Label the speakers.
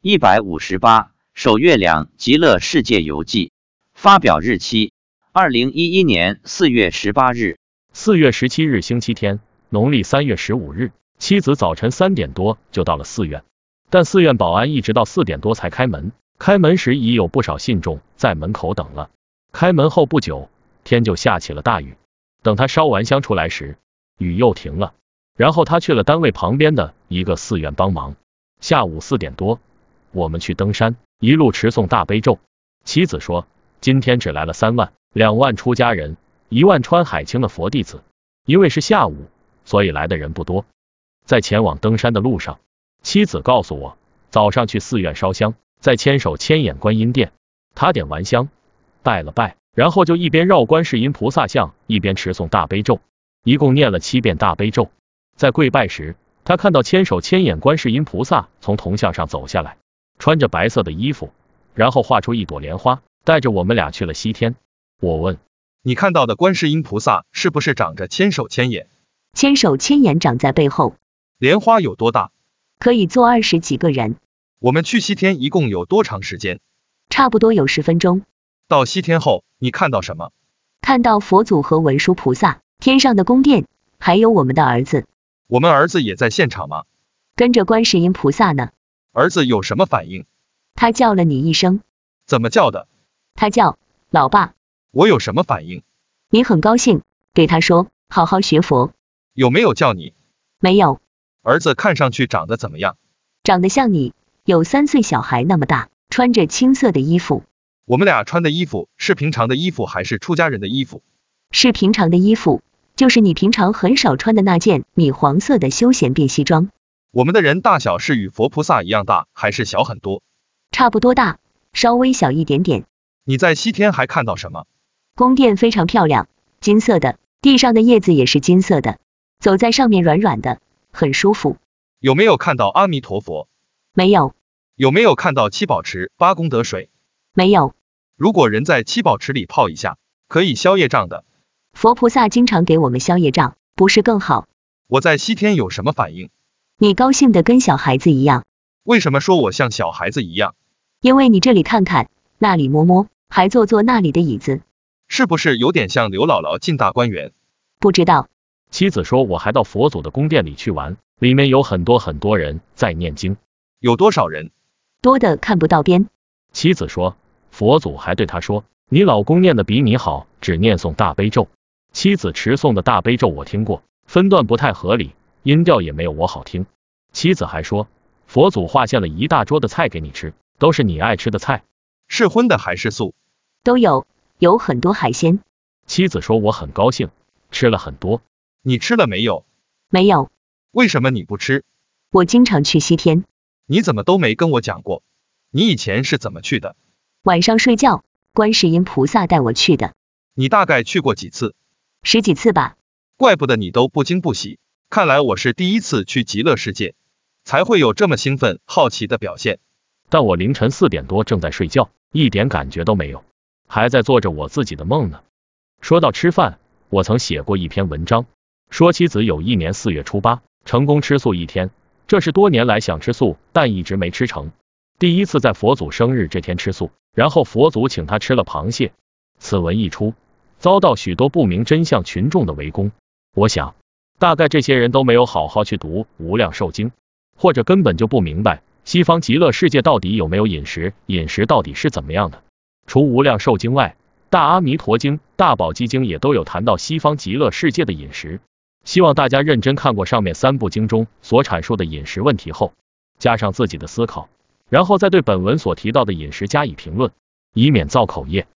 Speaker 1: 一百五十八，首月亮极乐世界游记，发表日期：二零一一年四月十八日。
Speaker 2: 四月十七日星期天，农历三月十五日，妻子早晨三点多就到了寺院，但寺院保安一直到四点多才开门。开门时已有不少信众在门口等了。开门后不久，天就下起了大雨。等他烧完香出来时，雨又停了。然后他去了单位旁边的一个寺院帮忙。下午四点多，我们去登山，一路持诵大悲咒。妻子说，今天只来了三万，两万出家人，一万穿海青的佛弟子。因为是下午，所以来的人不多。在前往登山的路上，妻子告诉我，早上去寺院烧香，再千手千眼观音殿。他点完香，拜了拜，然后就一边绕观世音菩萨像，一边持诵大悲咒，一共念了七遍大悲咒。在跪拜时，他看到千手千眼观世音菩萨从铜像上走下来，穿着白色的衣服，然后画出一朵莲花，带着我们俩去了西天。我问
Speaker 3: 你看到的观世音菩萨是不是长着千手千眼？
Speaker 4: 千手千眼长在背后，
Speaker 3: 莲花有多大？
Speaker 4: 可以坐二十几个人，
Speaker 3: 我们去西天一共有多长时间？
Speaker 4: 差不多有十分钟。
Speaker 3: 到西天后，你看到什么？
Speaker 4: 看到佛祖和文殊菩萨，天上的宫殿，还有我们的儿子
Speaker 3: 我们儿子也在现场吗？
Speaker 4: 跟着观世音菩萨呢。
Speaker 3: 儿子有什么反应？
Speaker 4: 他叫了你一声，
Speaker 3: 怎么叫的？
Speaker 4: 他叫老爸，
Speaker 3: 我有什么反应？
Speaker 4: 你很高兴，给他说好好学佛。
Speaker 3: 有没有叫你？
Speaker 4: 没有，
Speaker 3: 儿子看上去长得怎么样？
Speaker 4: 长得像你，有三岁小孩那么大，穿着青色的衣服，
Speaker 3: 我们俩穿的衣服是平常的衣服还是出家人的衣服？
Speaker 4: 是平常的衣服，就是你平常很少穿的那件米黄色的休闲便西装，
Speaker 3: 我们的人大小是与佛菩萨一样大，还是小很多？
Speaker 4: 差不多大，稍微小一点点。
Speaker 3: 你在西天还看到什么？
Speaker 4: 宫殿非常漂亮，金色的，地上的叶子也是金色的，走在上面软软的，很舒服。
Speaker 3: 有没有看到阿弥陀佛？
Speaker 4: 没有，
Speaker 3: 有没有看到七宝池、八功德水？
Speaker 4: 没有，
Speaker 3: 如果人在七宝池里泡一下，可以消业障的。
Speaker 4: 佛菩萨经常给我们消业障，不是更好？
Speaker 3: 我在西天有什么反应？
Speaker 4: 你高兴的跟小孩子一样，
Speaker 3: 为什么说我像小孩子一样？
Speaker 4: 因为你这里看看，那里摸摸，还坐坐那里的椅子，
Speaker 3: 是不是有点像刘姥姥进大观园？
Speaker 4: 不知道
Speaker 2: 妻子说，我还到佛祖的宫殿里去玩，里面有很多很多人在念经。
Speaker 3: 有多少人？
Speaker 4: 多的看不到边。
Speaker 2: 妻子说，佛祖还对他说，你老公念的比你好，只念诵大悲咒。妻子持诵的大悲咒我听过，分段不太合理，音调也没有我好听。妻子还说，佛祖划线了一大桌的菜给你吃，都是你爱吃的菜。
Speaker 3: 是荤的还是素？
Speaker 4: 都有，有很多海鲜，
Speaker 2: 妻子说，我很高兴，吃了很多。
Speaker 3: 你吃了没有？
Speaker 4: 没有。
Speaker 3: 为什么你不吃？
Speaker 4: 我经常去西天，
Speaker 3: 你怎么都没跟我讲过？你以前是怎么去的？
Speaker 4: 晚上睡觉，观世音菩萨带我去的，
Speaker 3: 你大概去过几次？
Speaker 4: 十几次吧。
Speaker 3: 怪不得你都不惊不喜。看来我是第一次去极乐世界，才会有这么兴奋、好奇的表现。
Speaker 2: 但我凌晨四点多正在睡觉，一点感觉都没有，还在做着我自己的梦呢。说到吃饭，我曾写过一篇文章，说妻子有一年四月初八成功吃素一天，这是多年来想吃素但一直没吃成，第一次在佛祖生日这天吃素，然后佛祖请他吃了螃蟹。此文一出，遭到许多不明真相群众的围攻。我想，大概这些人都没有好好去读《无量寿经》，或者根本就不明白西方极乐世界到底有没有饮食，饮食到底是怎么样的。除《无量寿经》外，《大阿弥陀经》《大宝积经》也都有谈到西方极乐世界的饮食。希望大家认真看过上面三部经中所阐述的饮食问题后，加上自己的思考，然后再对本文所提到的饮食加以评论，以免造口业。